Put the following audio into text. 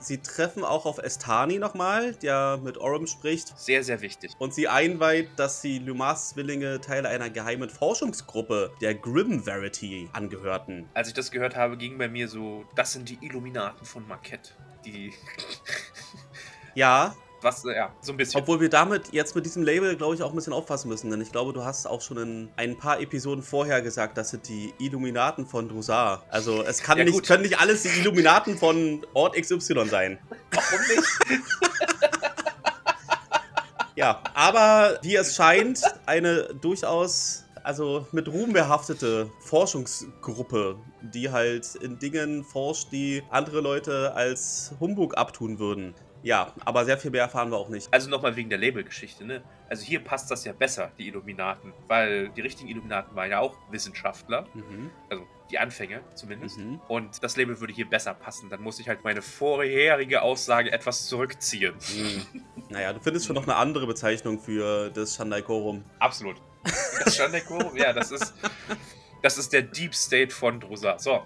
Sie treffen auch auf Estani nochmal, der mit Orem spricht Sehr, sehr wichtig. und sie einweiht, dass die Lumars-Zwillinge Teil einer geheimen Forschungsgruppe der Grim Verity angehörten. Als ich das gehört habe, ging bei mir so, das sind die Illuminaten von Marquette. Die, Ja, was, äh, ja, so ein bisschen. obwohl wir damit jetzt mit diesem Label, glaube ich, auch ein bisschen aufpassen müssen, denn ich glaube, du hast auch schon in ein paar Episoden vorher gesagt, das sind die Illuminaten von Drusar. Also es kann Ja, nicht, gut. können nicht alles die Illuminaten von Ort XY sein. Warum nicht? Ja, aber wie es scheint, eine durchaus, also mit Ruhm behaftete Forschungsgruppe, die halt in Dingen forscht, die andere Leute als Humbug abtun würden. Ja, aber sehr viel mehr erfahren wir auch nicht. Also nochmal wegen der Labelgeschichte, ne? Also hier passt das ja besser, die Illuminaten. Weil die richtigen Illuminaten waren ja auch Wissenschaftler. Mhm, Also die Anfänge zumindest. mhm. Und das Label würde hier besser passen. Dann muss ich halt meine vorherige Aussage etwas zurückziehen. Mhm. Naja, du findest schon noch eine andere Bezeichnung für das Shandaikorum. Absolut. Das Shandek-Quorum, ja, das ist, das ist der Deep State von Drusa. So,